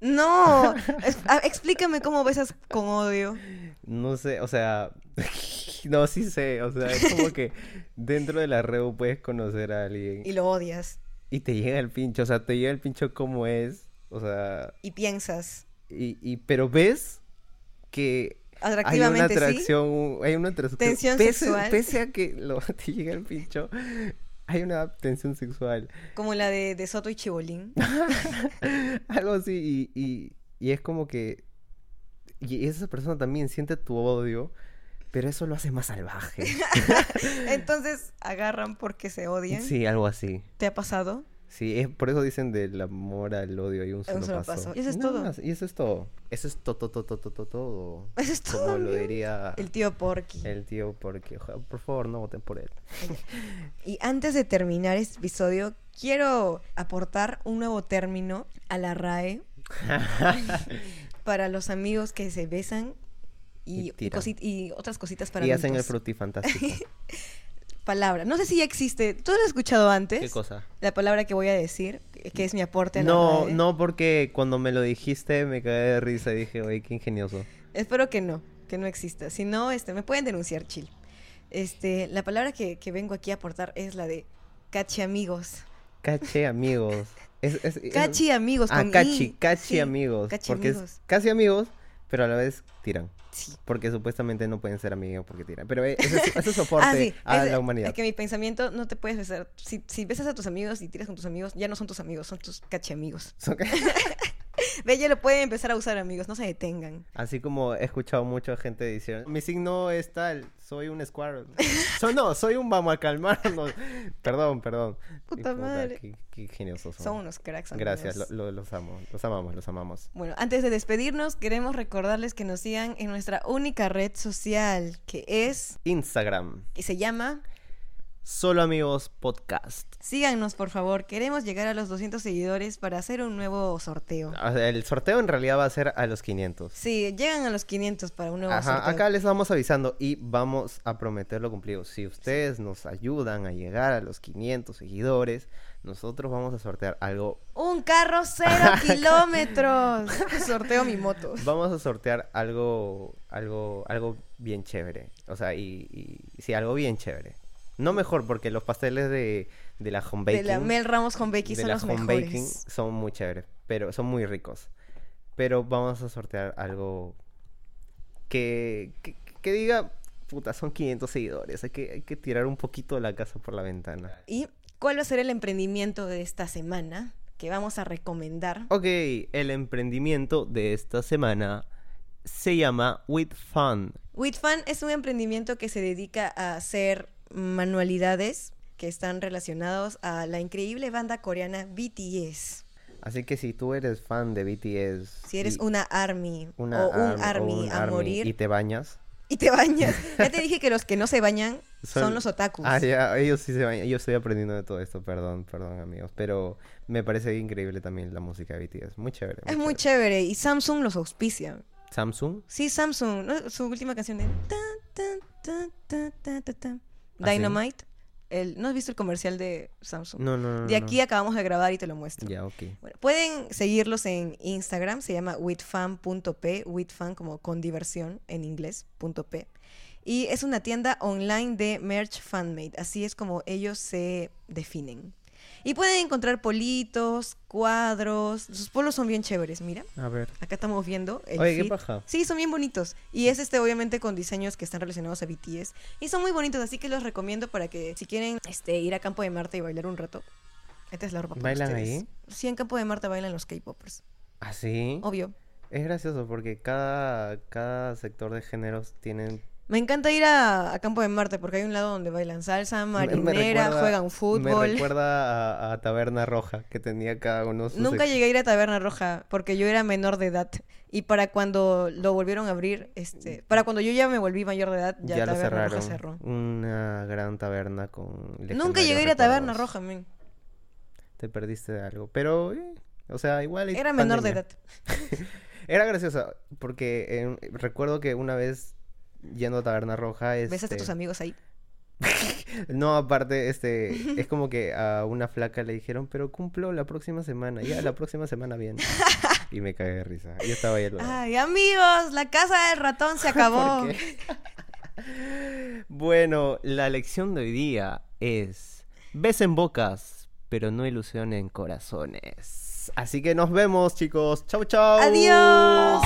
Speaker 2: No. Es- a- explícame cómo besas con odio.
Speaker 1: No sé, o sea, no, sí sé, o sea, es como que dentro de la red puedes conocer a alguien
Speaker 2: Y lo odias.
Speaker 1: y te llega el pincho, o sea, te llega el pincho como es, o sea,
Speaker 2: Y piensas.
Speaker 1: y, y- pero ves que hay una
Speaker 2: Atractivamente sí.
Speaker 1: atracción, hay una atracción,
Speaker 2: Tensión
Speaker 1: pese,
Speaker 2: sexual.
Speaker 1: pese a que lo, te llega el pincho, hay una tensión sexual,
Speaker 2: Como la de, de Soto y Chibolín.
Speaker 1: algo así, y, y- y es como que, y esa persona también siente tu odio, pero eso lo hace más salvaje.
Speaker 2: Entonces agarran porque se odian.
Speaker 1: Sí, algo así.
Speaker 2: ¿Te ha pasado?
Speaker 1: Sí, es por eso dicen del amor al odio hay un solo,
Speaker 2: solo
Speaker 1: paso.
Speaker 2: paso. Y eso es
Speaker 1: Nada
Speaker 2: todo.
Speaker 1: más, Y eso es todo. Eso es todo, todo, todo, todo, todo.
Speaker 2: Eso es todo.
Speaker 1: Como lo
Speaker 2: amigo.
Speaker 1: diría
Speaker 2: El
Speaker 1: el,
Speaker 2: tío Porky.
Speaker 1: tío, porque ojalá- por favor no voten por él.
Speaker 2: Y antes de terminar este episodio, quiero aportar un nuevo término a la RAE para los amigos que se besan y,
Speaker 1: Y tiran.
Speaker 2: cosi- y otras cositas para
Speaker 1: y hacen el
Speaker 2: adultos.
Speaker 1: frutifantástico.
Speaker 2: Palabra. No sé si ya existe. ¿Tú lo has escuchado antes?
Speaker 1: ¿Qué cosa?
Speaker 2: La palabra que voy a decir, que es mi aporte a la
Speaker 1: No,
Speaker 2: RAE.
Speaker 1: no, porque cuando me lo dijiste me caí de risa y dije, oye, qué ingenioso.
Speaker 2: Espero que no, que no exista. Si no, este, me pueden denunciar, chill. Este, la palabra que, que vengo aquí a aportar es la de cachi amigos.
Speaker 1: Cache amigos. Es, es- es-
Speaker 2: Cachi amigos.
Speaker 1: Ah,
Speaker 2: con
Speaker 1: cachi,
Speaker 2: i.
Speaker 1: cachi
Speaker 2: Sí,
Speaker 1: amigos.
Speaker 2: cachi
Speaker 1: porque
Speaker 2: amigos.
Speaker 1: es casi amigos, pero a la vez tiran.
Speaker 2: Sí.
Speaker 1: Porque supuestamente no pueden ser amigos porque tiran. Pero eh, ese, es- ese es soporte
Speaker 2: Ah, sí,
Speaker 1: a
Speaker 2: es-
Speaker 1: la humanidad.
Speaker 2: Es que mi pensamiento no te puedes besar. Si, si besas a tus amigos y tiras con tus amigos, ya no son tus amigos, son tus cachiamigos.
Speaker 1: Son ca-
Speaker 2: Ve, ya lo pueden empezar a usar, amigos, no se detengan.
Speaker 1: Así como he escuchado mucha gente diciendo, mi signo es tal, soy un Squirrel. So- no, soy un vamos a calmarnos. Perdón, perdón. Y
Speaker 2: Puta madre.
Speaker 1: Qué, qué geniosos son.
Speaker 2: Son unos cracks. amigos.
Speaker 1: Gracias, lo- lo- los amo, los amamos, los amamos.
Speaker 2: Bueno, antes de despedirnos, queremos recordarles que nos sigan en nuestra única red social, que es,
Speaker 1: Instagram,
Speaker 2: que se llama
Speaker 1: solo amigos podcast.
Speaker 2: Síganos, por favor. Queremos llegar a los 200 seguidores para hacer un nuevo sorteo.
Speaker 1: O sea, Ah, El sorteo en realidad va a ser a los 500.
Speaker 2: Sí, llegan a los 500 para un nuevo
Speaker 1: Ajá,
Speaker 2: sorteo.
Speaker 1: acá les vamos avisando y vamos a prometerlo cumplido. Si ustedes nos ayudan a llegar a los 500 seguidores, nosotros vamos a sortear algo
Speaker 2: Un carro cero kilómetros. Sorteo mi moto.
Speaker 1: Vamos a sortear algo, algo, algo bien chévere. O sea, y, y- sí, algo bien chévere. No mejor, porque los pasteles de, de la home
Speaker 2: De
Speaker 1: baking.
Speaker 2: la Mel Ramos Home Baking
Speaker 1: de
Speaker 2: son
Speaker 1: la
Speaker 2: los
Speaker 1: home
Speaker 2: mejores.
Speaker 1: baking son muy chéveres, pero son muy ricos. Pero vamos a sortear algo que, que, que diga, puta, son 500 seguidores, hay que, hay que tirar un poquito la casa por la ventana.
Speaker 2: ¿Y cuál va a ser el emprendimiento de esta semana que vamos a recomendar?
Speaker 1: Ok, el emprendimiento de esta semana se llama With Fun.
Speaker 2: Witfan es un emprendimiento que se dedica a hacer manualidades que están relacionados a la increíble banda coreana BTS.
Speaker 1: Así que si tú eres fan de BTS,
Speaker 2: Si eres
Speaker 1: y-
Speaker 2: una ARMY
Speaker 1: una
Speaker 2: o
Speaker 1: arm-
Speaker 2: un
Speaker 1: o
Speaker 2: ARMY
Speaker 1: un
Speaker 2: a
Speaker 1: army
Speaker 2: morir
Speaker 1: y te bañas,
Speaker 2: y te bañas. Ya te dije que los que no se bañan son,
Speaker 1: Son-
Speaker 2: los otakus.
Speaker 1: Ah, ya, ellos sí se bañan. Yo estoy aprendiendo de todo esto, perdón, perdón, amigos. Pero me parece increíble también la música de BTS. Muy chévere.
Speaker 2: es muy chévere y Samsung los auspicia.
Speaker 1: Samsung.
Speaker 2: Sí, Samsung, ¿no? su última canción de tan, tan, tan, tan, tan, tan, tan.
Speaker 1: ¿Ah, sí?
Speaker 2: Dynamite. El, ¿No has visto el comercial de Samsung?
Speaker 1: No, no, no.
Speaker 2: De
Speaker 1: no.
Speaker 2: aquí acabamos de grabar y te lo muestro.
Speaker 1: Ya, ok.
Speaker 2: Bueno, pueden seguirlos en Instagram, se llama withfan.p, withfan como con diversión en inglés, punto .p. Y es una tienda online de merch fanmade, así es como ellos se definen. Y pueden encontrar politos, cuadros, sus polos son bien chéveres, mira.
Speaker 1: A ver.
Speaker 2: Acá estamos viendo el
Speaker 1: Oye, qué
Speaker 2: fit.
Speaker 1: paja.
Speaker 2: Sí, son bien bonitos. Y es este, obviamente, con diseños que están relacionados a BTS. Y son muy bonitos, así que los recomiendo para que si quieren este, ir a Campo de Marta y bailar un rato. Esta es la ropa para
Speaker 1: ¿Bailan
Speaker 2: ustedes.
Speaker 1: ahí?
Speaker 2: Sí, en Campo de Marta bailan los K-popers.
Speaker 1: Así.
Speaker 2: Obvio.
Speaker 1: ¿Ah, Es gracioso porque cada, cada sector de géneros tienen.
Speaker 2: Me encanta ir a, a Campo de Marte porque hay un lado donde bailan salsa,
Speaker 1: me- me
Speaker 2: marinera,
Speaker 1: recuerda-
Speaker 2: juegan
Speaker 1: Me
Speaker 2: fútbol.
Speaker 1: recuerda a, a Taberna Roja que tenía cada uno su
Speaker 2: Nunca
Speaker 1: sec-
Speaker 2: llegué a ir a Taberna Roja porque yo era menor de edad. Y para cuando lo volvieron a abrir, este, para cuando yo ya me volví mayor de edad, ya,
Speaker 1: Ya lo
Speaker 2: Taberna
Speaker 1: cerraron.
Speaker 2: Roja cerró.
Speaker 1: Una gran taberna con.
Speaker 2: Nunca
Speaker 1: legendarios
Speaker 2: llegué a ir a Taberna
Speaker 1: recuerdos.
Speaker 2: Roja, men.
Speaker 1: Te perdiste de algo. Pero, eh, o sea, igual. hay
Speaker 2: Era menor de
Speaker 1: pandemia.
Speaker 2: edad.
Speaker 1: Era graciosa, porque eh, recuerdo que una vez yendo a Taberna Roja. Este,
Speaker 2: Besaste a tus amigos ahí.
Speaker 1: No, aparte, este, es como que a una flaca le dijeron, pero cumplo la próxima semana. Ya, la próxima semana viene. Y me cagué de risa. Yo estaba ahí al lado.
Speaker 2: Ay, amigos, la casa del ratón se acabó.
Speaker 1: ¿Por qué? bueno, la lección de hoy día es besen bocas, pero no ilusionen corazones. Así que nos vemos, chicos. Chau, chau.
Speaker 2: Adiós.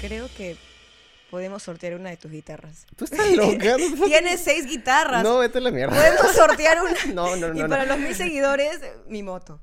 Speaker 2: Creo que podemos sortear una de tus guitarras.
Speaker 1: ¿Tú estás loca? No,
Speaker 2: Tienes seis guitarras.
Speaker 1: No, vete a la mierda.
Speaker 2: Podemos sortear una.
Speaker 1: No, no, no,
Speaker 2: y
Speaker 1: no.
Speaker 2: para los mil seguidores, mi moto.